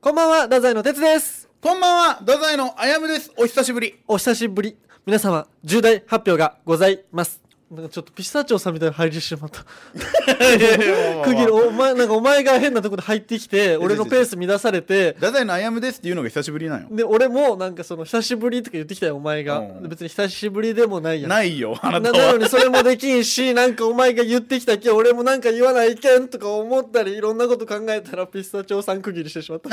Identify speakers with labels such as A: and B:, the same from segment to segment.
A: こんばんは、太宰の哲です。
B: こんばんは、太宰のあやむです。お久しぶり。
A: お久しぶり。皆様、重大発表がございます。なんかちょっとピスタチオさんみたいな入りしてしまった。区切る、お前、なんかお前が変なとこで入ってきて、俺のペース乱されて、
B: 太宰のあやむですっていうのが久しぶりなんよ。
A: で、俺もなんかその、久しぶりとか言ってきたよ、お前が。
B: うん
A: で別に久しぶりでもないやん。
B: ないよ、あ
A: な
B: なた
A: な
B: は
A: の。にそれもできんし、なんかお前が言ってきたけん、俺もなんか言わないけんとか思ったり、いろんなこと考えたらピスタチオさん区切りしてしまった。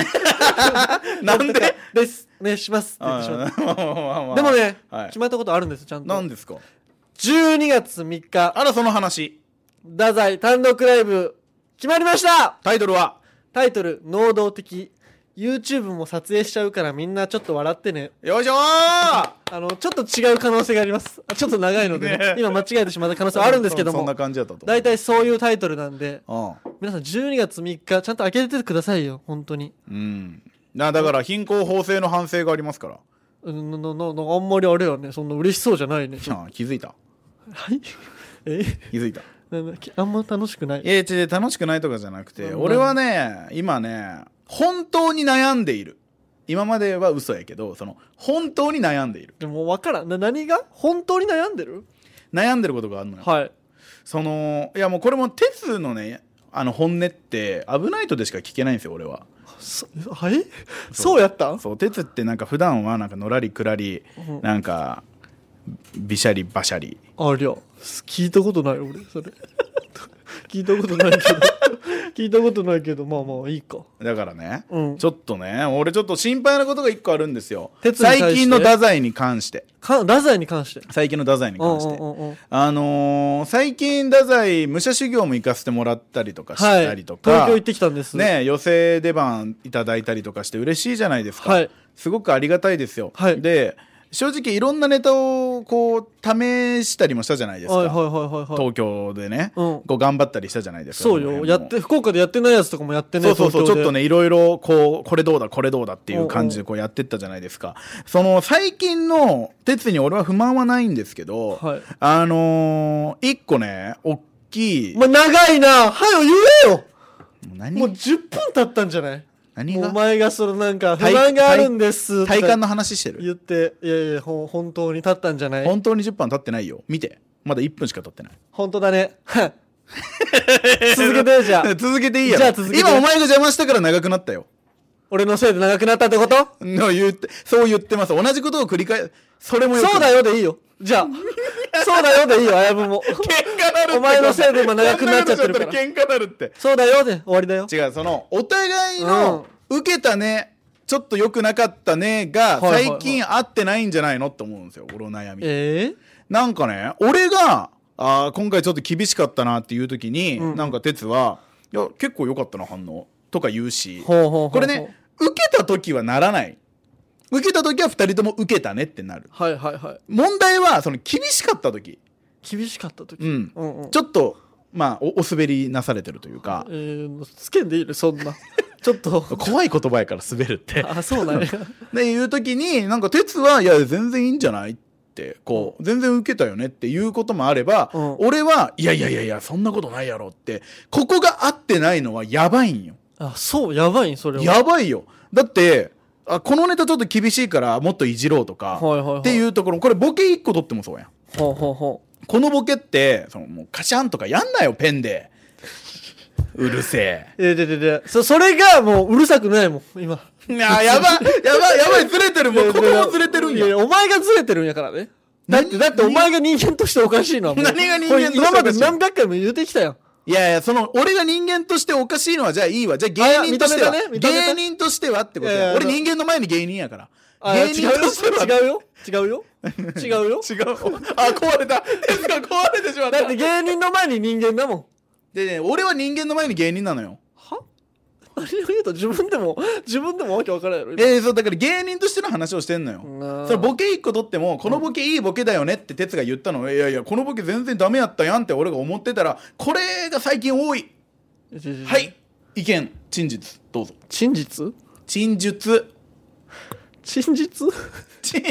B: なんで
A: です。お願いします。って言ってしまっ
B: あーまあまあまあ
A: た。でもね、
B: はい
A: 決まったことあるんですよ、ちゃんと。
B: 何ですか
A: 12月3日、
B: あら、その話。
A: 太宰単独ライブ、決まりました
B: タイトルは
A: タイトル、能動的。YouTube も撮影しちゃうからみんなちょっと笑ってね。
B: よいしょー
A: あの、ちょっと違う可能性があります。あちょっと長いので、ね
B: ね
A: 今間違えてしまった可能性はあるんですけど
B: そそんな
A: も、
B: 感じだったと。
A: 大。体そういうタイトルなんで、
B: う
A: 皆さん12月3日、ちゃんと開けててくださいよ、本当に。
B: ん。うん。な、だから、貧困法制の反省がありますから。
A: うん、の、の、の、のあんまりあれはね、そんな嬉しそうじゃないね。
B: あ気づいた。
A: はいえ
B: 気づいた。
A: なんだあんま楽しくない
B: いや、違う楽しくないとかじゃなくて、
A: うん
B: 俺はね、今ね、本当に悩んでいる。今までは嘘やけど、その、本当に悩んでいる。
A: でも分からん。な、何が本当に悩んでる
B: 悩んでることがあるのよ。
A: はい。
B: その、いやもうこれもテスのね、あの本音って危ないとでしか聞けないんですよ、俺は。
A: そはいそうやったん
B: そう、テツってなんか普段はなんかのらりくらり
A: うん、
B: なんか、びしゃりばしゃり。
A: ありゃ聞いたことない俺それ 聞いたことないけど 聞いたことないけどまあまあいいか
B: だからね、
A: うん
B: ちょっとね、俺ちょっと心配なことが一個あるんですよ。
A: 哲に対して
B: 最近の太宰に関して。
A: か太宰に関して
B: 最近の太宰に関して。
A: うんうんうんうん
B: あのー最近太宰武者修行も行かせてもらったりとかし
A: はい
B: たりとか、
A: 東京行ってきたんです
B: ね寄席出番いただいたりとかして嬉しいじゃないですか、
A: はい
B: すごくありがたいですよ、
A: はい
B: で正直いろんなネタをこう試したりもしたじゃないですか、
A: はいはいはいはいはい
B: 東京でね、
A: うん
B: こう頑張ったりしたじゃないですか
A: そう
B: の
A: よ
B: 辺
A: や
B: も
A: って福岡でやってないやつとかもやってね
B: そうそうそうちょっと
A: ね
B: ねいろいろこうこれどうだこれどうだっていう感じでこうやってったじゃないですかその最近の哲に俺は不満はないんですけど、
A: はい
B: あのー、一個ね大きい、
A: ま長いなはよ言えよ
B: もう何
A: もう10分経ったんじゃない
B: 何
A: お
B: が
A: 前がそのなんか不
B: 体
A: 安があるんです
B: 体
A: と
B: 感
A: か
B: の話してる
A: 言っていやいやほん本当に立ったんじゃない
B: 本当に10分経ってないよ見てまだ1分しか経ってない
A: 本当だ ね続けてじゃあ
B: 続けていいや
A: じ
B: ろ
A: ゃあ続けて
B: 今お前が邪魔したから長くなったよ
A: 俺のせいで長くなったってこと
B: の言ってそう言ってます同じことを繰り返それもよく
A: そうだよでいいよ。じゃ あ。そうだよでいいよ、あやぶも。
B: 喧嘩なるって
A: お前のせいで今長くなっちゃってるから
B: そんなことしちゃったら喧嘩なるって
A: そうだよで終わりだよ。
B: 違うそのお互いの受けたね、ちょっと良くなかったね
A: はい
B: が
A: はいはい
B: 最近合ってないんじゃないのって思うんですよ俺の悩み
A: え
B: なんかね俺があー今回ちょっと厳しかったなっていう時に、
A: うん
B: なんか哲はいや結構良かったな反応とか言う
A: ー、
B: し
A: ほうほうほうほう
B: これね。受けた時はならない受けた時は2人とも受けたねってなる
A: はいはいはい。
B: 問題はその厳しかった時
A: 厳しかった時。
B: うん
A: うんうん。
B: ちょっとまあおお滑りなされてるというか
A: えー、つけんでいいのそん な。ちょっと。
B: 怖い言葉やから滑る って
A: あ、そうなんや。
B: でいう時になんか哲はいや全然いいんじゃないってこう全然受けたよねっていうこともあれば、
A: うん
B: 俺はいやいやいやいやそんなことないやろってここが合ってないのはやばいんよ
A: あ、そう、やばいん、それは。
B: やばいよだってあこのネタちょっと厳しいからもっといじろうとか、
A: はいはいはい。。
B: っていううところこれボケ1個取ってもそうやん
A: ほうほうほ
B: このボケってそのもうカシャンとかやんなよペンでうる せえ
A: う。えー、ででで。そ、それがもううるさくないもん、今。
B: あやばいやばいやばいずれてるもうここもずれてるん
A: いや
B: や
A: いや、お前がずれてるんやからね。だって、
B: 何
A: だってお前が人間としておかしいのはもう。
B: 何が人間としておかしい
A: これ今まで何百回も言うてきたやん。
B: いやいや、その、俺が人間としておかしいのは、じゃあいいわ。じゃあ芸人としては。
A: あいや認めたね認め
B: 芸
A: た
B: 人としてはってこと
A: いやいや
B: や。
A: あの
B: 俺人間の前に芸人やから。
A: あ
B: 芸人としては。
A: 違うよ違う よ違うよ違うよ
B: 違う。あ、壊れた。 鉄が壊れてしまっ
A: だったて。芸人の前に人間だもん
B: でね、俺は人間の前に芸人なのよ。
A: は何を言うと自分でも自分でもわけわからんやろ今
B: えー、そう、だから芸人としての話をしてんのよ。
A: なあ
B: そのボケ一個取っても、このボケいいボケだよねって哲が言ったの。いやいや、このボケ全然ダメやったやんって俺が思ってたら、これが最近多い。は
A: え
B: い。意見、陳述、どうぞ。
A: 真実
B: 陳述。
A: 真実
B: 陳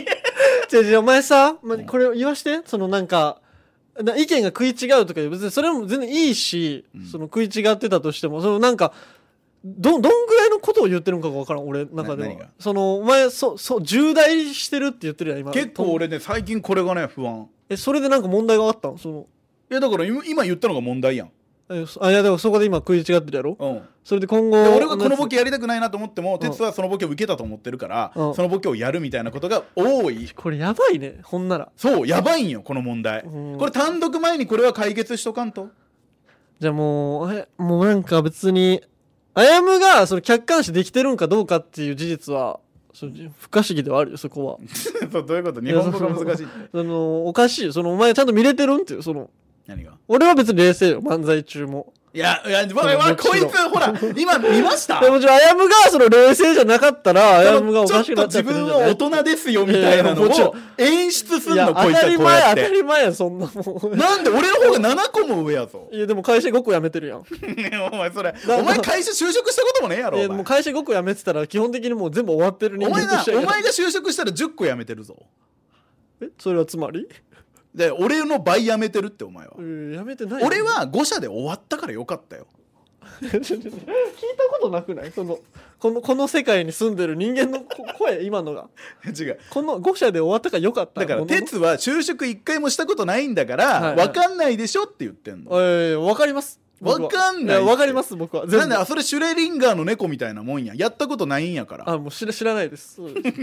A: 違う違うお前さまこれを言わしてそのなんかな意見が食い違うとかいう別にそれも全然いいし、その食い違ってたとしてもそのなんかどどんぐらいのことを言ってるのかが分からん俺の中で
B: な何
A: は
B: が
A: そのお前そうそう重大してるって言ってるやん今
B: 結構俺ね最近これがね不安
A: えそれでなんか問題があったのその
B: いやだから今今言ったのが問題やん、
A: えそあいやでもそこで今食い違ってるやろ
B: うん、
A: それで今後
B: で俺がこのボ
A: ボケ
B: ケやりたくないなと思って
A: う
B: も
A: ん
B: 鉄はそのボケを受けたと思ってるから
A: うん
B: そのボケをやるみたいなことが多い
A: これやばいねほんなら
B: そうやばいんよこの問題
A: うん
B: これ単独前にこれは解決しとかんと
A: じゃあもうえもうなんか別にあやむがその客観視できてるんかどうかっていう事実はその不可思議ではあるよ そ こは
B: そうどういうこと日本語が難しいって
A: そのおかしいよそのお前ちゃんと見れてるんっていうその
B: 何が
A: 俺は別に冷静よ漫才中も
B: いやいやわわ
A: もちろ
B: こ
A: ん
B: いつほら今見ました
A: でもじゃああやむがその冷静じゃなかったらあ
B: ち
A: や
B: ょ
A: むがおか
B: っ
A: しく
B: と
A: なっちゃっ
B: 自
A: てるん
B: 分
A: じ
B: は
A: ゃない
B: 大人ですよみたいなの
A: いやいやもちろ
B: を
A: ん
B: 演出すん
A: いや
B: の
A: 当
B: こいつ
A: た
B: は
A: り
B: こう
A: 前
B: やっ
A: 当た
B: て
A: り前やんそんなもん
B: なんで俺の方が7個も上やぞ
A: いやでも会社5個辞めてるやん
B: ねえお前それ
A: ら
B: お前会社就職したこともねえやろ
A: い
B: お
A: や
B: 前
A: もう会社5個辞めてたら基本的にもう全部終わってる人
B: お
A: 間
B: 前
A: と
B: な
A: して
B: お前が就職したら10個辞めてるぞ
A: えそれはつまり、
B: で俺の倍辞めてるってお前は
A: うん、辞めてないよ
B: 俺は5社で終わったからよかったよ
A: 聞いたことなくないそのこのこの世界に住んでる人間のこ声今のが
B: 違う
A: この5社で終わったからよかった
B: だから
A: ものの
B: 哲は就職1回もしたことないんだか
A: は
B: ら
A: いはい
B: 分かんないでしょって言ってんの
A: ええわかります僕は
B: わかんないって
A: やわかります僕は
B: なん
A: 全
B: で
A: 部
B: あそれシュレリンガーの猫みたいなもんややったことないんやから
A: あもう知ら知らないですそうです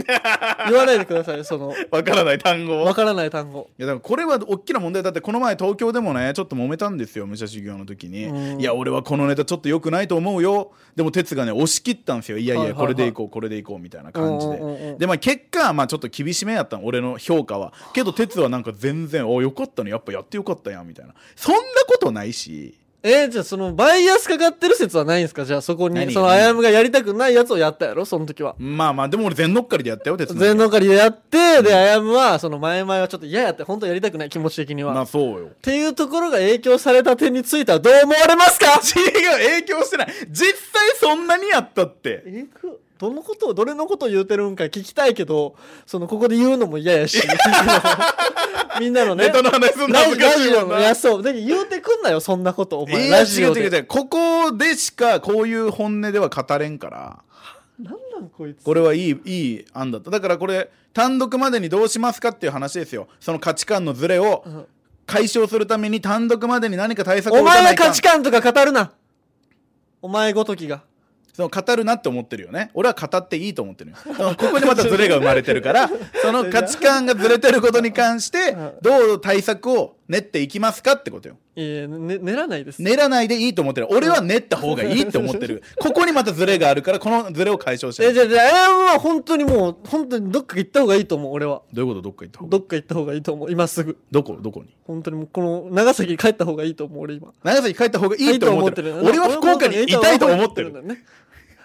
A: 言わないでくださいその
B: 分からない単語を
A: わからない単語
B: いやだからこれは大きな問題だってこの前東京でもねちょっと揉めたんですよ武者修行の時に、
A: うん
B: いや俺はこのネタちょっと良くないと思うよでも哲がね押し切ったんですよいやい
A: はい
B: や
A: はいはい
B: これでいこうこれでいこうみたいな感じで、
A: うんうんうんうん
B: でまあ結果まあちょっと厳しめやったん俺の評価はけど哲はなんか全然およかったねやっぱやってよかったやんみたいなそんなことないし
A: えー、じゃあそのバイアスかかってる説はないんですかじゃあそこに
B: 何
A: そのあやむがやりたくないやつをやったやろその時は
B: まあまあでも俺全乗っかりでやったよ哲の
A: 全能狩りでやってであやむはその前々はちょっと嫌やって本当やりたくない気持ち的には、
B: まあそうよ
A: っていうところが影響された点についてはどう思われますか
B: 違う影響してない実際そんなにやったって
A: えくどのことをどれのことを言うてるんか聞きたいけどそのここで言うのも嫌 やしみんなのね
B: ネタの話すんの
A: ラジ
B: 恥ずか
A: ラ
B: しい
A: ジ
B: も
A: オ
B: ん
A: の
B: ない
A: やそうで言うてくんなよそんなことお
B: いや
A: 前ラジオ
B: 違う違う違
A: で
B: うここでしかこういう本音では語れんから
A: なんなんこいつ
B: これはいいいい案だっただからこれ単独までにどうしますかっていう話ですよその価値観のズレを
A: うん
B: 解消するために単独までに何か対策を
A: お
B: 打た
A: 前
B: な
A: が
B: いかん
A: 価値観とか語るなお前ごときが
B: その語るなって思ってるよね俺は語っていいと思ってるよそのここにまたズレが生まれてる からその価値観がズレてることに関して
A: うん
B: どう対策を練っていきますかってことよ
A: ええね練らないです、
B: 練らないでいいと思ってる俺は練った方がいいって思ってるここにまたズレがあるからこのズレを解消して
A: え
B: る
A: じゃあじゃああやむは本当にもう本当にどっか行った方がいいと思う俺は
B: どういうことどっか行った方が
A: どっか行った方がいいと思う今すぐ
B: どこどこに
A: 本当にもうこの長崎に帰った方がいいと思う俺今
B: 長崎帰った方がいいと思ってる俺は福岡にいたいと思ってる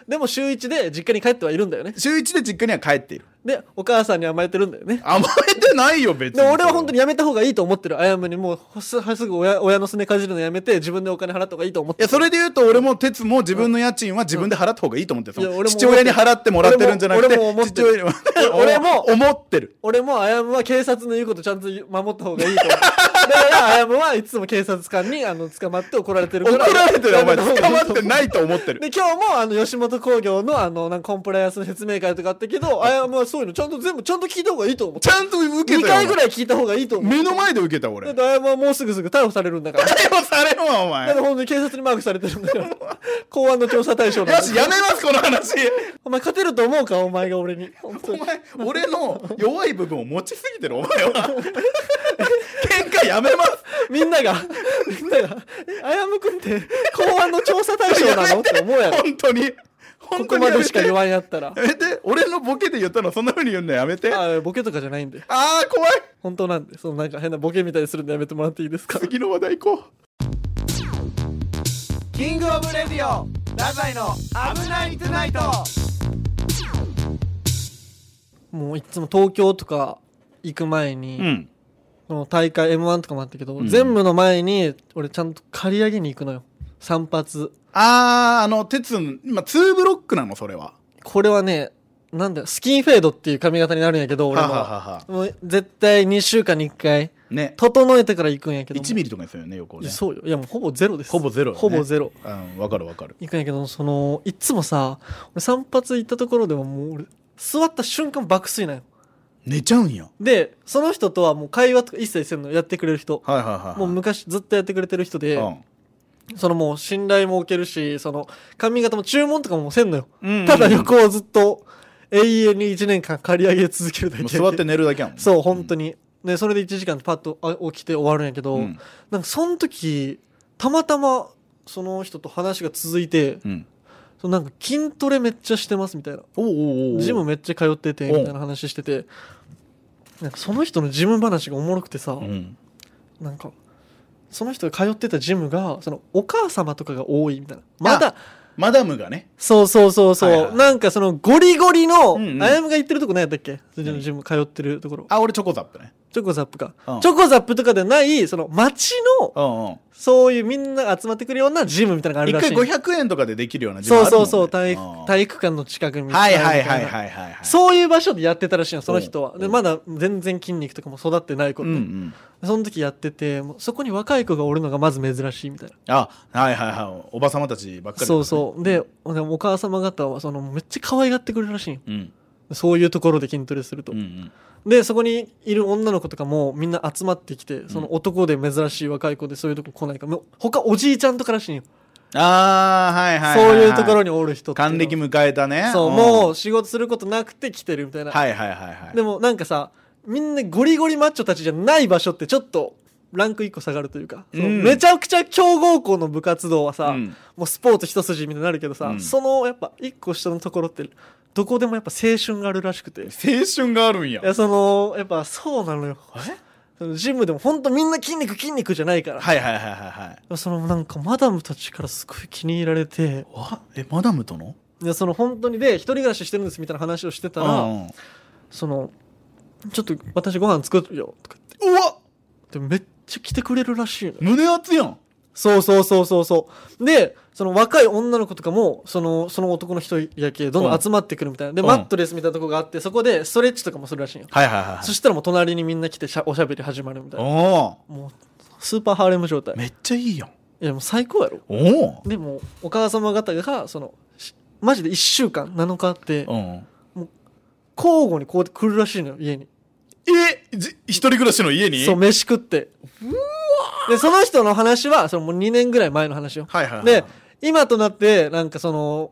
A: でも週一で実家に帰ってはいるんだよね
B: 週一で実家には帰っている
A: でお母さんに甘えてるんだよね
B: 甘えてないよ別に
A: で俺は本当にやめた方がいいと思ってるあやむにもうすすぐ親親のすねかじるのやめて自分でお金払った方がいいと思っ
B: い
A: て
B: や
A: る
B: それで言うと俺も哲も自分の家賃は自分で払った方がいいと思ってる、
A: いや
B: その
A: 俺も
B: 父親に払ってもらってるんじゃなくて
A: 俺も思って
B: 父親
A: る
B: に
A: 俺も
B: 思ってる
A: 俺もあやむは警察の言うことちゃんと守った方が いいと思うだからあやむはいつも警察官にあの捕まって怒られてる
B: 怒
A: から
B: られてるお
A: やめ
B: 前
A: た
B: 捕
A: 方が
B: ま
A: いいと
B: ってないと思ってる
A: で今日もあの吉本興業のあのなんかコンプライアンスの説明会とかあったけどあやむはそういうのちゃんと全部ちゃんと聞いた方がいいと思う
B: ちゃんと受け
A: 2
B: たよ
A: 回ぐらい聞いた方がいいと
B: お
A: 思う
B: 前目の前で受けた俺
A: で
B: 逮
A: ドラえもんはもうすぐすぐ逮捕されるんだから。
B: 捕されん
A: だ
B: わお
A: か
B: 前
A: ら本当に警察にマークされてるんだよ。公安の調査対象なん
B: よ
A: だ
B: しやめますこ の話
A: お前勝てると思うかお前が俺に。本当
B: お
A: に。
B: 前俺の弱い部分を持ちすぎてるお前 は喧嘩やめます
A: みんなが、みんなが、えあやむくんって公安の調査対象なのって思うやろ。
B: 本当に
A: こ
B: 本当
A: こ
B: に
A: ま
B: やめ
A: で
B: て
A: しか言わんやったら。
B: やめて俺のボケで言ったのそんな風に言うのやめてあ
A: あボケとかじゃないんで。
B: あー怖い
A: 本当なんで。そのなんか変なボケみたいにするんでやめてもらっていいですか。
B: 次の話題行こうキングオブレディオラザイの危ないトゥナイト
A: もういつも東京とか行く前に、
B: うん
A: この大会 M1 とかもあったけど、
B: うん
A: 全部の前に俺ちゃんと借り上げに行くのよ。散髪。
B: あーあの鉄今2ブロックなのそれは
A: これはねなんだよスキンフェードっていう髪型になるんやけど俺
B: はは
A: は
B: はは
A: もう絶対2週間に1回
B: ね
A: 整えてから行くんやけども
B: 1ミリとかですよね横
A: い
B: ね
A: やそうよいやもうほぼゼロです
B: ほぼゼロよね
A: ほぼゼロ
B: うんわかるわかる
A: 行くんやけどそのいっつもさ俺散髪行ったところでももう俺座った瞬間爆睡なんよ
B: 寝ちゃうんや
A: でその人とはもう会話とか一切せんのやってくれる人
B: はいはいはい
A: もう昔ずっとやってくれてる人で、そのもう信頼も受けるしその髪型も注文とかもせんのよ、
B: うん
A: ただ横をずっと永遠に1年間刈り上げ続けるだけ
B: もう座って寝るだけやもん
A: そう本当に、でそれで1時間パッとあ起きて終わるんやけど、
B: うん
A: なんかその時たまたまその人と話が続いて、
B: うん
A: そのなんか筋トレめっちゃしてますみたいな
B: おうおうおうおう
A: ジムめっちゃ通っててみたいな話しててなんかその人のジム話がおもろくてさ、
B: うん
A: なんかその人が通ってたジムがそのお母様とかが多いみたいなまだ
B: マダムがね
A: そうそうそうそう、
B: はいはいはい
A: なんかそのゴリゴリの、
B: うんうん
A: あやむが行ってるとこ何やったっけそのジム通ってるところ
B: あ俺チョコザップね
A: チョコザップか、
B: うん
A: チョコザップとかではないその街の
B: うんうん
A: そういうみんなが集まってくるようなジムみたいなのがある
B: 一
A: らしい
B: 回500円とかでできるようなジム
A: そう
B: あるもん
A: そうそ
B: ね
A: う体育
B: うん
A: 体育館の近くに
B: はいはいは
A: い
B: いはいはいはい
A: そういう場所でやってたらしいのその人は
B: うん
A: でまだ全然筋肉とかも育ってない頃
B: んう
A: ね、
B: ん
A: その時やっててもうそこに若い子がおるのがまず珍しいみたいな
B: あはいはいはいおばさまたちばっかりだからね
A: そうそうででもお母様方はそのめっちゃ可愛がってくれるらしいんよ
B: うん
A: そういうところで筋トレすると、
B: うんうん
A: でそこにいる女の子とかもみんな集まってきてその男で珍しい若い子でそういうとこ来ないかもう他おじいちゃんとからしいんよ、
B: ああはいはい
A: そういうところに
B: に
A: おる人っていうのは
B: 還暦迎えたね
A: そう、
B: ん
A: もう仕事することなくて来てるみたいな、
B: はいはいはいはい
A: でもなんかさみんなゴリゴリマッチョたちじゃない場所ってちょっとランク1個下がるというか、その
B: うん
A: めちゃくちゃ強豪校の部活動はさ、
B: うん
A: もうスポーツ一筋みたいになるけどさ、
B: うん
A: そのやっぱ1個下のところってどこでもやっぱ青春があるらしくてい
B: 青春があるんや
A: やそのやっぱそうなのよそのジムでもほんとみんな筋肉筋肉じゃないから、
B: はいはいはいはいはい
A: そのなんかマダムたちからすごい気に入られて
B: わえマダムとの
A: いやその本当にで一人暮らししてるんですみたいな話をしてたら、
B: うんうん
A: その「ちょっと私ご飯作るよ」とか言って
B: うわ
A: でめっちゃ来てくれるらしいのよ
B: 胸熱やん
A: そうそうそうそうそうでその若い女の子とかもそのその男の人やけどんど
B: うん
A: ん集まってくるみたいなで、
B: うん
A: マットレスみたいなとこがあってそこでストレッチとかもするらしいよ、
B: はいはいはいはい
A: そしたらもう隣にみんな来てしゃおしゃべり始まるみたいな
B: お
A: もうスーパーハーレム状態
B: おめっちゃいいやん
A: いやもう最高やろ
B: おお
A: でもお母様方がそのしマジで1週間7日あって
B: うん
A: 交互にこうやって来るらしいのよ家に
B: えじ一人暮らしの家に
A: そう飯食ってでその人の話はそのもう2年ぐらい前の話よ
B: はいはいはい
A: で今となってなんかその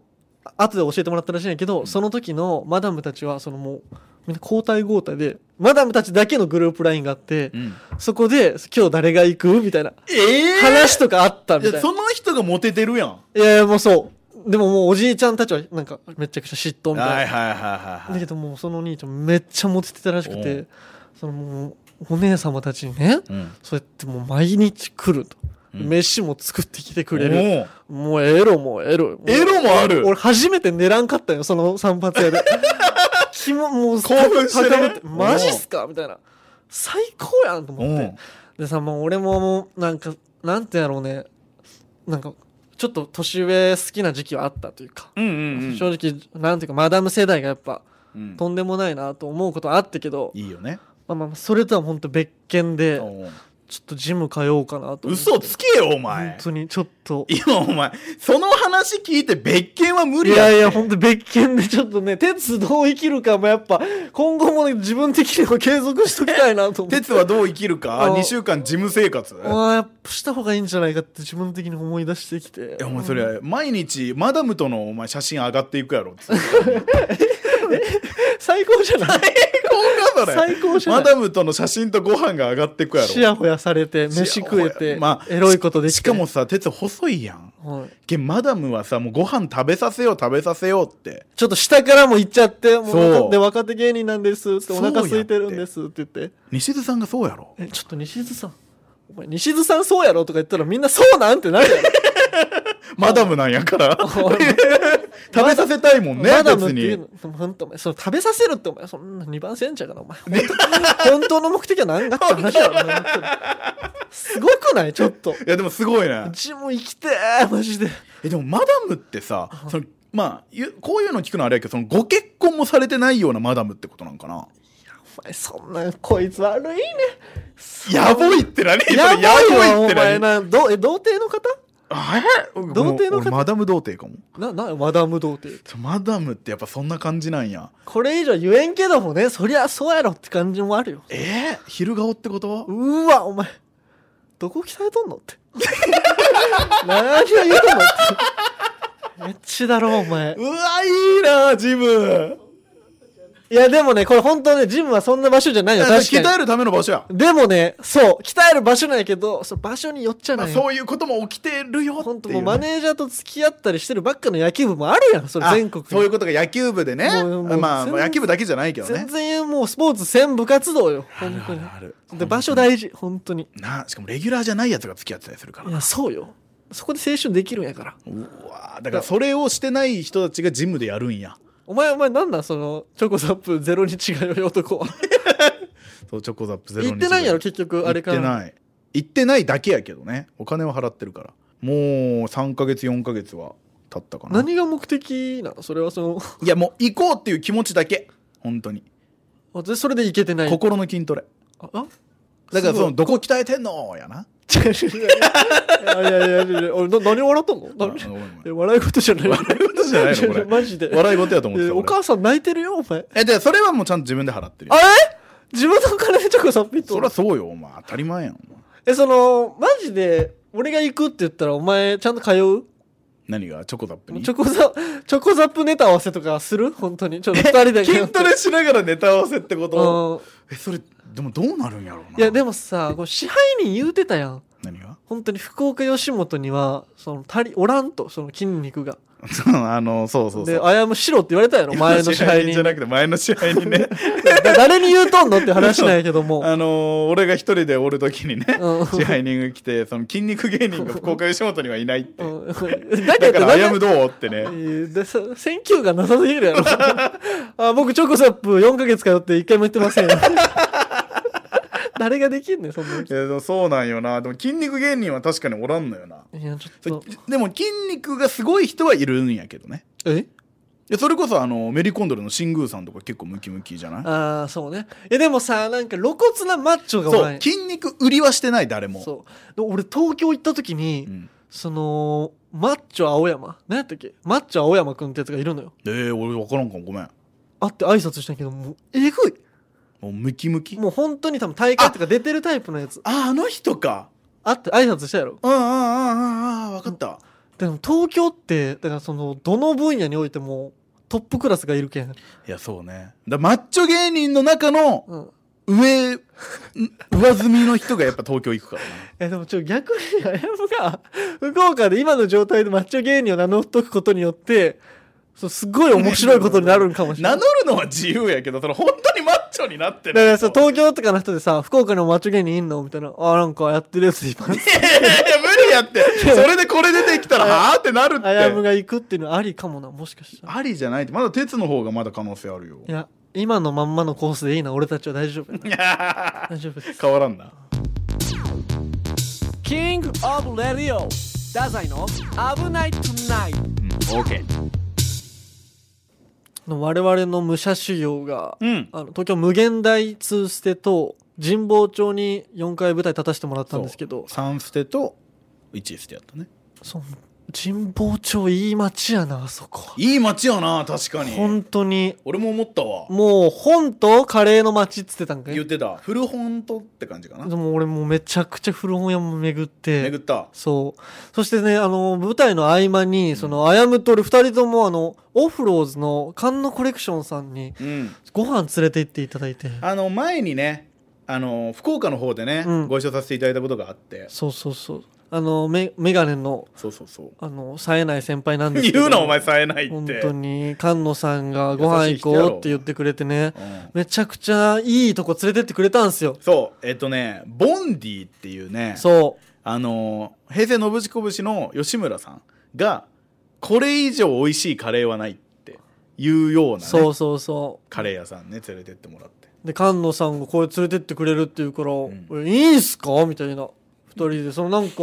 A: あ後で教えてもらったらしいんやけど、その時のマダムたちはそのもうみんな交代交代でマダムたちだけのグループラインがあって、
B: うん
A: そこで今日誰が行くみたいな
B: ええ
A: 話とかあったみ
B: い
A: たいな
B: やその人がモテてるやんはい
A: やいやもうそうでももうおじいちゃんたちはなんかめちゃくちゃ嫉妬
B: い
A: みたいな、
B: はいはいはいは
A: だ
B: い
A: けどもうそのお兄ちゃんめっちゃモテてたらしく
B: お
A: てそのもうお姉様たちにね、
B: うん
A: そうやってもう毎日来ると、
B: うん
A: 飯も作ってきてくれるもうエロもエロも
B: お
A: う
B: おエロもある
A: 俺初めて寝らんかったよその散髪 屋で気ももう
B: 興奮してね
A: 高ぶってマジっすかみたいな最高やんと思ってでさもう俺ももうなんかなんてやろうねなんかちょっと年上好きな時期はあったというか、
B: うんうんうん
A: 正直なんていうかマダム世代がやっぱ
B: うん
A: とんでもないなと思うことはあったけど、
B: いいよね
A: まあまあまあそれとは本当別件で
B: おう
A: ちょっとジム通おうかなと思って
B: 嘘つけよお
A: 本
B: 前
A: 当にちょっと
B: 今お前その話聞いて別件は無
A: い
B: 理
A: や
B: やって
A: いや、ほんと別件でちょっとね、鉄どう生きるかもやっぱ、今後もね、自分的にも継続しときたいなと思って。
B: 鉄はどう生きるか
A: うん
B: 2週間事務生活
A: まあやっぱした方がいいんじゃないかって自分的に思い出してきて。
B: いやお前それ毎日マダムとのお前写真上がってい くやろつって
A: 最高じゃない
B: 最高だ
A: 最高じゃない
B: マダムとの写真とご飯が上がっていくやろ
A: シヤホヤされて、飯食えて、
B: まあ
A: エロいことできて。
B: しかも、さ鉄細いやん
A: はい、
B: けんマダムはさもうご飯食べさせよう食べさせようって
A: ちょっと下からも行っちゃって、もう
B: そう
A: 若で若手芸人なんですって、お腹空いてるんですって言って。
B: 西津さんがそうやろ
A: え、ちょっと西津さん。お前西津さんそうやろとか言ったらみんなそうなんてなるやろ
B: マダムなんやから 食べさせたいもんね
A: マダムっ
B: 別
A: ていう
B: に
A: の、ほんとお前、その食べさせるってお前、そんな二番煎茶かな、お前。本当本当の目的は何だって話だろ、お前本当にすごくないちょっと。
B: いやでもすごいね
A: ジム生きてー、マジで。
B: えでもマダムってさそのまあゆこういうの聞くのあれやけどそのご結婚もされてないようなマダムってことなんかな
A: 前そんなこいつ悪いね
B: やぼいって何それ
A: やばいわ
B: や
A: お前
B: 何
A: などえ童貞の方
B: え童
A: 童貞の方
B: マダム童貞かも
A: ななマダム童貞
B: ちょマダムってやっぱそんな感じなんや
A: これ以上言えんけどもねそりゃそうやろって感じもあるよ
B: えー、昼顔ってこと
A: うーわお前どこ鍛えとんのって 何を言うのってめっちだろお前
B: うわいいなジム
A: いやでもねこれ本当ねジムはそんな場所じゃないよ確
B: 鍛
A: か
B: えるための場所や
A: にでもねそう鍛える場所なんやけどその場所によっちゃ
B: ま
A: な
B: あ
A: いよ
B: そういうことも起きてるよ
A: 本
B: っ
A: 当
B: て
A: も
B: いうう
A: マ
B: ね
A: ネージャーと付き合ったりしてるばっかの野球部もあるやんそれ
B: あ
A: 全国
B: そういうことが野球部でね
A: もうもう
B: まあ
A: 全然
B: 野球部だけじゃないけど
A: 全
B: ね
A: 然もうスポーツ専部活動よ本当に
B: ある
A: で場所大事本当に
B: なしかもレギュラーじゃないやつが付き合ってたりするから
A: いやそうよそこで青春できるんやから
B: うわーだからそれをしてない人たちがジムでやるんや
A: お前お前なんなんそのチョコザップゼロに違いよ男は
B: そうチョコザップゼロ
A: 言ってないやろ結局あれから
B: 行ってない行ってないだけやけどねお金は払ってるからもう3ヶ月4ヶ月は経ったかな
A: 何が目的なのそれはその
B: いやもう行こうっていう気持ちだけ本当に
A: 私それでいけてない
B: 心の筋トレ
A: ああ
B: だからその
A: す
B: どこ鍛えてんのやな
A: ごいいやいやいやいやいや俺な何笑ったの何
B: あごめんごめん
A: いや笑い事じゃない笑
B: い事じゃない のこれ
A: マジで
B: 笑い事やと思って
A: い
B: た
A: や
B: 俺
A: お母さん泣いてるよお前
B: えでそれはもうちゃんと自分で払ってるよ
A: あれ自分のお金でチョコザップ行っ
B: そ
A: と
B: りゃ
A: る
B: そうよお前当たり前やんお前
A: えそのマジで俺が行くって言ったらお前ちゃんと通う
B: 何がチョコザップに
A: チョコザチョコザップネタ合わせとかする本当にちょっと二人で
B: 筋トレしながらネタ合わせってこと
A: うん
B: えそれでもどうなるんやろうな
A: い
B: い
A: やで
B: も
A: もさこう支配人言うてたやん
B: 何が
A: 本当に福岡吉本にはその足りおらんとその筋肉が
B: あのそうそうそう
A: であやむしろって言われたやろ前の支配
B: じ
A: 人
B: ゃなくて前の支配人 ね
A: だ誰に言うとんのって話なんやけども
B: あのー俺が一人でおる時にね
A: うん
B: 支配人が来てその筋肉芸人が福岡吉本にはいないって
A: うんだけ
B: だか
A: ど
B: ら「あやむ
A: だ
B: どう?」って
A: え
B: ね
A: ーでさ選挙がなさすぎるやろあ僕チョコザップ4ヶ月通って1回も言ってません誰ができんねんそんない
B: やでもそうなんよなでも筋肉芸人は確かにおらんのよない
A: やちょっ
B: そ
A: と
B: でも筋肉がすごい人はいるんやけどね
A: え
B: いやそれこそあのメリーコンドルの新宮さんとか結構ムキムキじゃない
A: ああそうねえでもさなんか露骨なマッチョがお
B: そ
A: らん
B: う筋肉売りはしてない誰も
A: そうで俺東京行った時に、
B: うん
A: そのマッチョ青山何やったっけマッチョ青山くんってやつがいるのよ
B: えー、俺分からんかもごめん
A: 会って挨拶したんやけどもうえぐい
B: もうムキムキ
A: もう本当に多分大会とか出てるタイプのやつ
B: ああの人か
A: 会って挨拶したやろ
B: うんうんうんうんうん分かった
A: でも東京ってだからそのどの分野においてもトップクラスがいるけん、
B: いやそうねだマッチョ芸人の中の
A: うん、
B: 上 ん上積みの人がやっぱ東京行くからな
A: えでもちょ逆にあやむが 福岡で今の状態でマッチョ芸人を名乗っとくことによってそうすごい面白いことになるんかもしれない
B: 名乗るのは自由やけどその本当にマッチョになって
A: だから
B: る
A: さ、東京とかの人でさ、福岡のマッチョ芸人いんのみたいな。あ、なんかやってるやついます。
B: いやいやいや無理やって それでこれ出てきたらはあってなるっ
A: あやむ
B: て
A: が行くっていうのありかもな、もしかしたら。
B: ありじゃないってまだ鉄の方がまだ可能性あるよ
A: いや、今のまんまのコースでいいな、俺たちは大丈夫やな。大丈夫です。
B: 変わらんな
A: キングオブレディオダザイの危ないトゥナイ
B: うん OK
A: ト我々の武者修行が、
B: うん
A: あの東京無限大2ステと神保町に4回舞台立たせてもらったんですけど、
B: 3捨てと1捨てやったね
A: そう神保町いい街やな、あそこ。
B: いい街やな確かに
A: 本当に。
B: 俺も思ったわ
A: もう本とカレーの街っつってたんかい
B: 言ってた古本とって感じかな
A: でも俺もうめちゃくちゃ古本屋も巡って
B: 巡った
A: そうそしてねあの舞台の合間に、そのあやむと俺2人ともあのオフローズの菅野コレクションさんに
B: うん
A: ご飯連れて行っていただいて
B: あの前にねあの福岡の方でね、
A: うん
B: ご一緒させていただいたことがあって
A: そうそうそうあのメメガネの
B: そうそうそう
A: あの冴えない先輩なんですけど
B: 言うなお前冴えないって
A: 本当に菅野さんがご飯行こうって言ってくれてね
B: うん
A: めちゃくちゃいいとこ連れてってくれたんすよ
B: そうえっとねボンディっていうね
A: そう
B: あの平成のぶしこぶしの吉村さんがこれ以上美味しいカレーはないっていうような、ね、
A: そうそうそう
B: カレー屋さんね連れてってもらって
A: で菅野さんがこれ連れてってくれるっていうから「
B: ん
A: えいいんすか?」みたいな2人でそのなんか、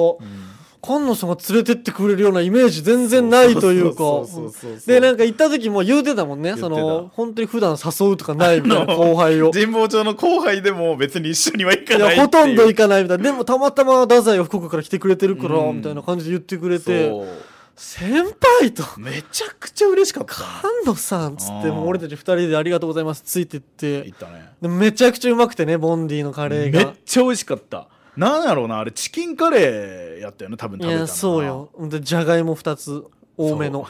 A: 菅野さんが連れてってくれるようなイメージ全然ないというか
B: そうそうそうそうそう
A: でなんか行った時も言うてたもんね
B: 言って
A: そ
B: た
A: の本当に普段誘うとかないみたいな後輩を
B: 神保町の後輩でも別に一緒には行か
A: い
B: ない
A: や
B: っていう
A: ほとんど行かないみたいなでもたまたま太宰が福岡から来てくれてるから、
B: うん
A: みたいな感じで言ってくれて
B: そう
A: 先輩と
B: めちゃくちゃ嬉しかった
A: 菅野さんっつって
B: あー
A: もう俺たち2人でありがとうございますついてって
B: 行ったね
A: でめちゃくちゃうまくてねボンディのカレ
B: め
A: ー
B: っ
A: が
B: ちゃ美味しかったなんやろうなあれチキンカレーやったよね多分
A: い
B: 食べたのか
A: や
B: な
A: そうよでじゃがいも2つ多めの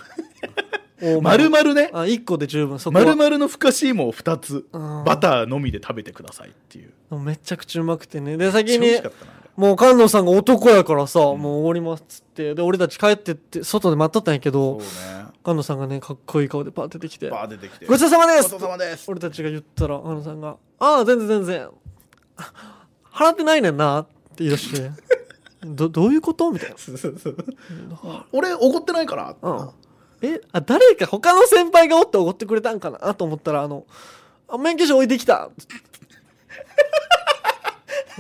A: 多めの
B: 丸々ね
A: あ1個で十分そこは
B: 丸々のふかし芋を2つ
A: うん
B: バターのみで食べてくださいっていう
A: でもめちゃくちゃうまくてねで
B: めっち
A: 先
B: ゃ美
A: に
B: 味しかったなあれ
A: もう菅野さんが男やからさ、もう終わりますっつってで俺たち帰ってって外で待っとったんやけ
B: そう
A: ど
B: ね
A: 菅野さんがねかっこいい顔でパーって出てきて
B: バー出てきて
A: ごちそうさまです
B: ごちそうさまです
A: 俺たちが言ったら菅野さんが「ああ全然全然 あ払ってないねんな」って言い出して「どどういうこと?」みたいな
B: そうそうそう俺怒ってないから
A: 「うん、えあ誰か他の先輩がおっておごってくれたんかな?」と思ったら「あのあ免許証置いてきた」う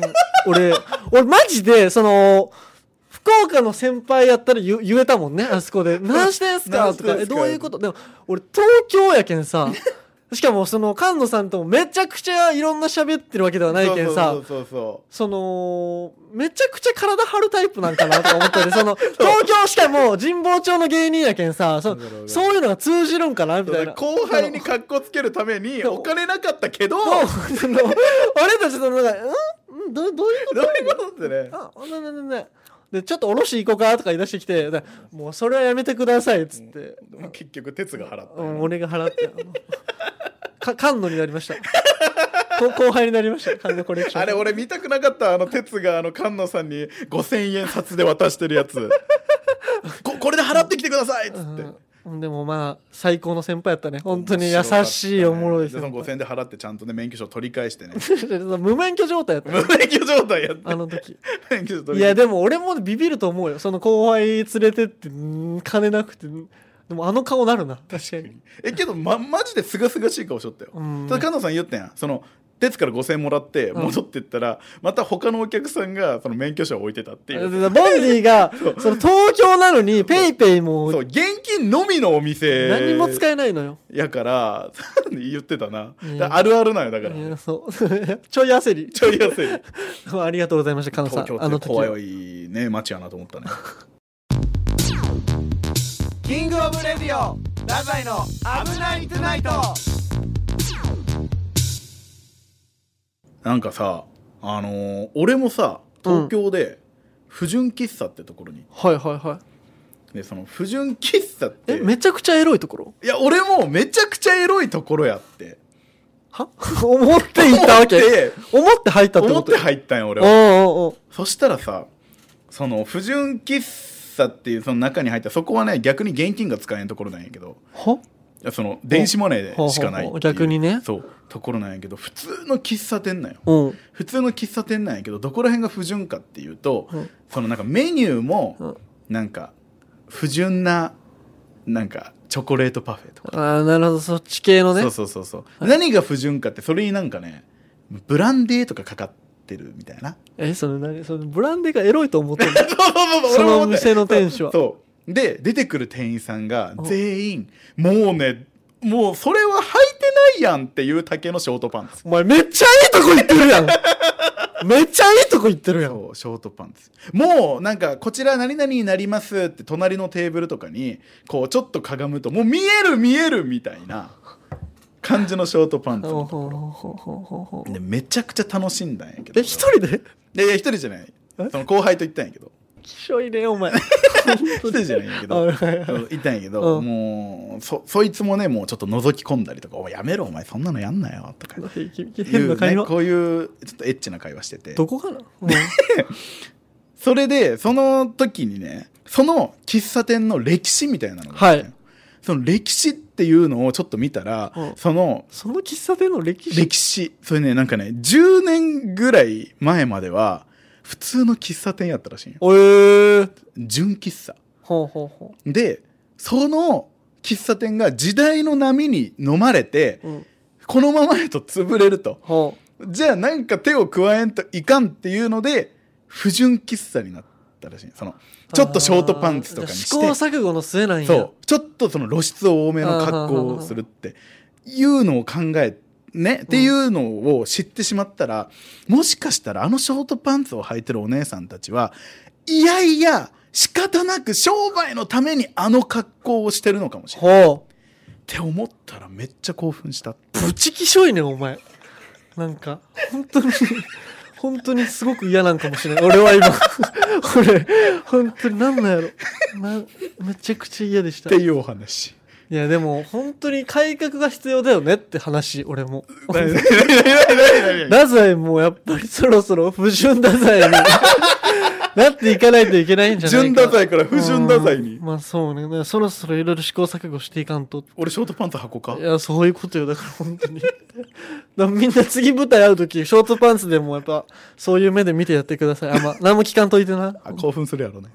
A: ん俺俺マジでその福岡の先輩やったら言言えたもんねあそこ で「何してんすか?」
B: 何し
A: と
B: てん
A: か「え
B: すか
A: どういうこと?」でも俺東京やけん さしかもその菅野さんともめちゃくちゃいろんな喋ってるわけではないけんさ
B: そうそうそうそ
A: そのめちゃくちゃ体張るタイプなんかなとか思ったりそ の東京しかも神保町の芸人やけんさそ
B: なるほど
A: そういうのが通じるんかなみ
B: う
A: た
B: だ
A: い
B: か
A: な
B: ら後輩に格好つけるためにお金なかったけどど
A: そううその俺たちのなんか「うんんどどういうこと?
B: いうことって ね」
A: あねねねねでちょっとおろし行こうかとか言い出してきてでもうそれはやめてくださいっつって、
B: 結局哲が払った
A: う
B: よ
A: ん、
B: ね
A: 俺が払ってあの か菅野になりましたこ後輩になりました菅野コレクション
B: あれ俺見たくなかったあの哲があの菅野さんに5000円札で渡してる やつここれで払ってきてくださいっつって
A: うん、でもまあ最高の先輩やったね本当に優
B: 面白かったね
A: しいおもろい
B: でそ
A: 先
B: の
A: 輩
B: 5000円で払ってちゃんとね免許証取り返してね
A: 無免許状態やった
B: 無 免許状態やって
A: あの時
B: 免許証取
A: い
B: り
A: や
B: 返
A: で
B: し
A: も俺もビビると思うよその後輩連れてってんー金なくてんでもあの顔なるな確かに
B: てえけどまマジですがすがしい顔しとったよ
A: うん
B: ただ菅野さん言ったやんその哲から5000円もらって
A: うん
B: 戻ってったら、また他のお客さんがその免許証を置いてたってい
A: だ
B: う
A: からボンディがその東京なのにペイペイ
B: そ
A: も
B: う現金のみのお店
A: 何も使えないのよ、
B: やから 言ってたな、
A: うん
B: だからあるあるなんよだから、
A: いやそう ちょい焦り
B: ちょい安い
A: ありがとうございましたカノさ
B: 東
A: ん
B: 京
A: あの
B: って
A: 時は
B: 怖いね街やなと思ったねキングオブレディオダザイの危ないトゥナイトなんかさあのー俺もさ東京で不純喫茶ってところに、
A: はいはいはい
B: でその不純喫茶っ
A: え
B: て
A: めちゃくちゃエロいところ
B: いや俺もめちゃくちゃエロいところやって
A: は 思って行ったわけ思って入ったって
B: 思
A: こ
B: っ
A: と
B: て入ったんよ俺は
A: おうおうおう
B: そしたらさその不純喫茶っていうその中に入ったそこはね逆に現金が使えんところなんやけど
A: はい
B: やその電子マネーでしか
A: ほう
B: ないっていう
A: ほうほう逆にね
B: そうところなんやけど普通の喫茶店なんよ
A: うん
B: 普通の喫茶店なんやけどどこら辺が不純かっていうと、
A: うん
B: そのなんかメニュー
A: う
B: も
A: ん
B: なんか不純ななんかチョコレートパフェとか、
A: ああなるほどそっち系のね
B: そうそうそうそう、何が不純かってそれになんかねブランデーとかかかってるみたいな
A: えその何そのブランデーがエロいと思 ってる
B: そうそうそう
A: そ
B: 俺も
A: の
B: 思った
A: 店の店主は
B: そうで出てくる店員さんが全員もうねもうそれは履いてないやんっていう丈のショートパンツ
A: お前めっちゃいいとこ行ってる やんめっちゃいいとこ行ってるやん
B: そうショートパンツもうなんかこちら何々になりますって隣のテーブルとかにこうちょっとかがむともう見える見えるみたいな感じのショートパンツ
A: ほうほうほうほうほうほう
B: でめちゃくちゃ楽しんだんやけど
A: え一人で
B: いやいや一人じゃないその後輩と行ったんやけど
A: きしょいねお前
B: 一人じゃないんやけ
A: あ
B: ど
A: はいはい
B: いたんやけど、
A: うん
B: もうそそいつもねもうちょっと覗き込んだりとか「おいやめろお前そんなのやんなよ」とか
A: 変な会
B: いうね
A: 話
B: こういうちょっとエッチな会話してて
A: どこかなうん
B: それでその時にねその喫茶店の歴史みたいなのがあって、
A: はい
B: その歴史っていうのをちょっと見たら、
A: うん
B: その
A: その喫茶店の歴史
B: 歴史それねなんかね10年ぐらい前までは普通の喫茶店やったらしいんよ
A: おえー
B: 純喫茶
A: ほうほうほ
B: でその喫茶店が時代の波に飲まれて、
A: ううん
B: このままやと潰れると
A: ほう
B: じゃあなんか手を加えんといかんっていうので不純喫茶になっったらしいそのちょっとショートパンツとかに
A: あーじゃあ
B: し
A: 試行錯誤の末なん
B: て
A: や
B: そうちょっとその露出多めの格好をするっていうのを考えねっていうのを知ってしまったら、もしかしたらあのショートパンツを履いてるお姉さんたちはいやいや仕方なく商売のためにあの格好をしてるのかもしれない
A: ほう
B: って思ったらめっちゃ興奮した
A: ぶちきしょいねお前なんか本当に本当にすごく嫌なんかもしれない俺は今俺本当になんなんやろなめちゃくちゃ嫌でし
B: ったて
A: い
B: いうお話。
A: やでも本当に改革が必要だよねって話俺も太宰もやっぱりそろそろ不純太宰に なっていかないといけないんじゃないか
B: 純太宰から不純太宰に
A: うん。まあそうねだからそろそろいろいろ試行錯誤していかんと
B: 俺ショートパンツ箱か
A: い。や、そういうことよ。だから本当に。 だからみんな次舞台会うとき、ショートパンツでもやっぱ、そういう目で見てやってください。あんま、何も聞かんといてな。
B: あ興奮するやろね。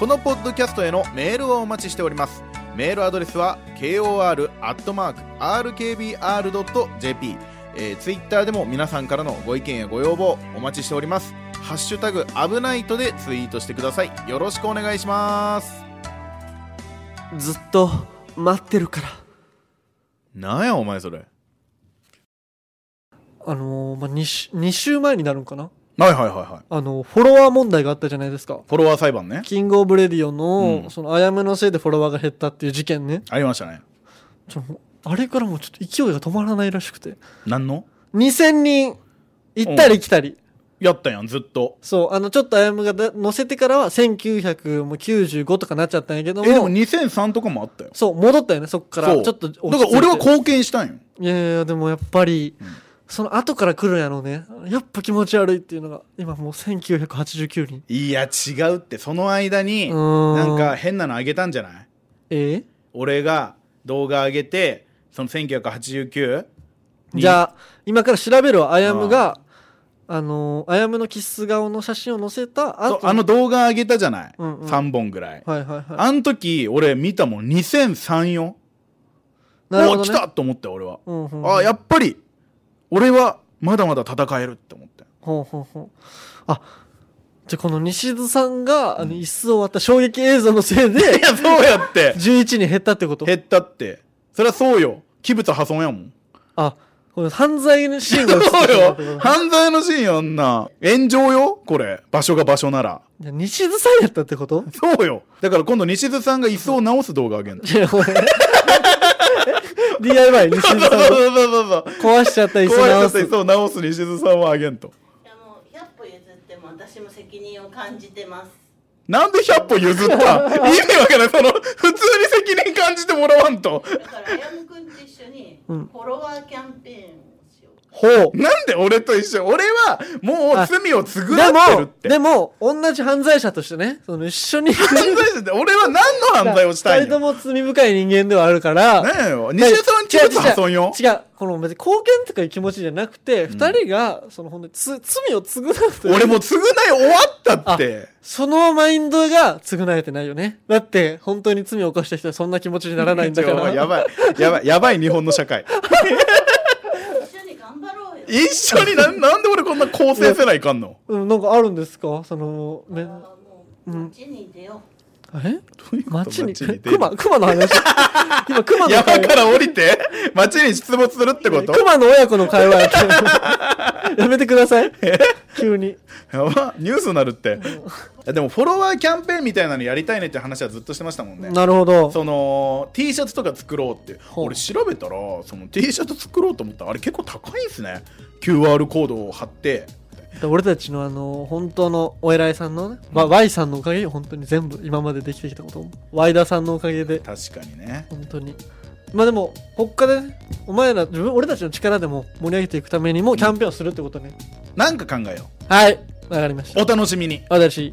C: このポッドキャストへのメールをお待ちしておりますメールアドレスは kor.rkbr.jp えー、ツイッターでも皆さんからのご意見やご要望お待ちしておりますハッシュタグ危ないとでツイートしてくださいよろしくお願いします
A: ずっと待ってるから。
C: なんやお前それ
A: あのーまあ2週、2週前になるんかな
B: はいはいはいはい。
A: あの、フォロワー問題があったじゃないですか。
B: フォロワー裁判ね。
A: キングオブレディオの、
B: うん
A: その、あやめのせいでフォロワーが減ったっていう事件ね。
B: ありましたね。
A: そのあれからもうちょっと勢いが止まらないらしくて。
B: 何の
A: 2000人、行ったり来たり。
B: やったやん、ずっと。
A: そう、あの、ちょっとあやむがだ載せてからは1995とかなっちゃったんやけど
B: え、
A: も。
B: でも2003とかもあったよ。
A: そう、戻ったよね、そっから。
B: そう
A: ちょっと
B: だから俺は
A: う。
B: 貢献したんよ。
A: いやいや、でもやっぱり、
B: うん
A: その後から来るんやろうね。やっぱ気持ち悪いっていうのが、今もう1989人。
B: いや、違うって、その間に、
A: うーん
B: なんか変なのあげたんじゃない
A: え
B: 俺が動画上げて、その 1989?
A: えじゃあ、今から調べるわ、あやむが、あのー、あやむのキッス顔の写真を載せた
B: そう
A: 後。
B: あの、動画上げたじゃない、
A: うんうん
B: ?3 本ぐらい。
A: はいはいはい。
B: あの時、俺見たもん、2003よ。
A: なるほど、
B: お
A: ね。
B: 来たと思って俺は、
A: うんうんうん
B: あやっぱり俺はまだまだ戦えるって 思って
A: ほうほうほう。あ、じゃあこの西津さんが、あの、椅子を割った衝撃映像のせいで
B: い、やそうやって
A: 11に減ったってこと
B: 減ったってそりゃそうよ器物破損やもん
A: あ、これ犯罪のシーンが映ってたっ
B: そう
A: て
B: よ
A: ことだ
B: 犯罪のシーンやんな炎上よこれ場所が場所なら
A: いや西津さんやったってこと
B: そうよだから今度西津さんが椅子を直す動画あげんの
A: いやこれ DIY 西津さんが
B: そうそうそうそうそう
A: 壊しちゃった椅子
B: 壊れちゃ
A: 直
B: った椅
A: す
B: 子を直す西津さんはあげんと
D: いやもう100歩譲っても私も責任を感じてます。
B: なんで100歩譲った意味わからないその普通に責任感じてもらわんと
D: だからあやむくんと一緒にフォロワーキャンペーンをしよう。
A: ほう
B: なんで俺と一緒俺はもう罪を
A: で
B: 償ってるっ
A: も
B: て。
A: でも同じ犯罪者としてねその一緒に
B: 犯罪者って俺は何の犯罪をした
A: 2
B: い
A: 人と
B: の
A: も罪深い人間ではあるから
B: ねえよ。西田さん器物破損よ。
A: 違う違う違うこの別に貢献とかいう気持ちじゃなくて、二2人がその本当につ罪を償うという
B: 俺もう償い終わったって。
A: そのマインドが償えてないよねだって本当に罪を犯した人はそんな気持ちにならないんだか
B: ちょお
A: ら
B: 前やばい。やばい。やばい日本の社会。
D: 一緒に頑張ろうよ。
B: 一緒になんなんで俺こんな構成せないかんの
A: うん、なんかあるんですかその、め
D: あ、もう街に出よ
A: え
B: どういうこと
A: 街に、
B: 出る
A: 熊、熊の話。 今、熊の
B: 山
A: 会
B: か
A: 話。
B: ら降りて 街に出没するってこと
A: 熊の親子の会話やけど やめてください。急に。
B: やばニュースになるって。いやでもフォロワーキャンペーンみたいなのやりたいねって話はずっとしてましたもんね。
A: なるほど。
B: その T シャツとか作ろうって
A: ほう
B: 俺調べたらその T シャツ作ろうと思ったらあれ結構高いんすね QR コードを貼って
A: 俺たちのあの、本当のお偉いさんのね、まあ、Y さんのおかげよ本当に全部、今までできてきたことも。Y 田さんのおかげで、
B: 確かにね
A: 本当に。まあでも、他でね、お前ら、自分、俺たちの力でも盛り上げていくためにも、キャンペーンをするってことね。
B: なんか考えよ
A: はい。わかりまし
B: う
A: た。
B: お楽しみに
A: 私、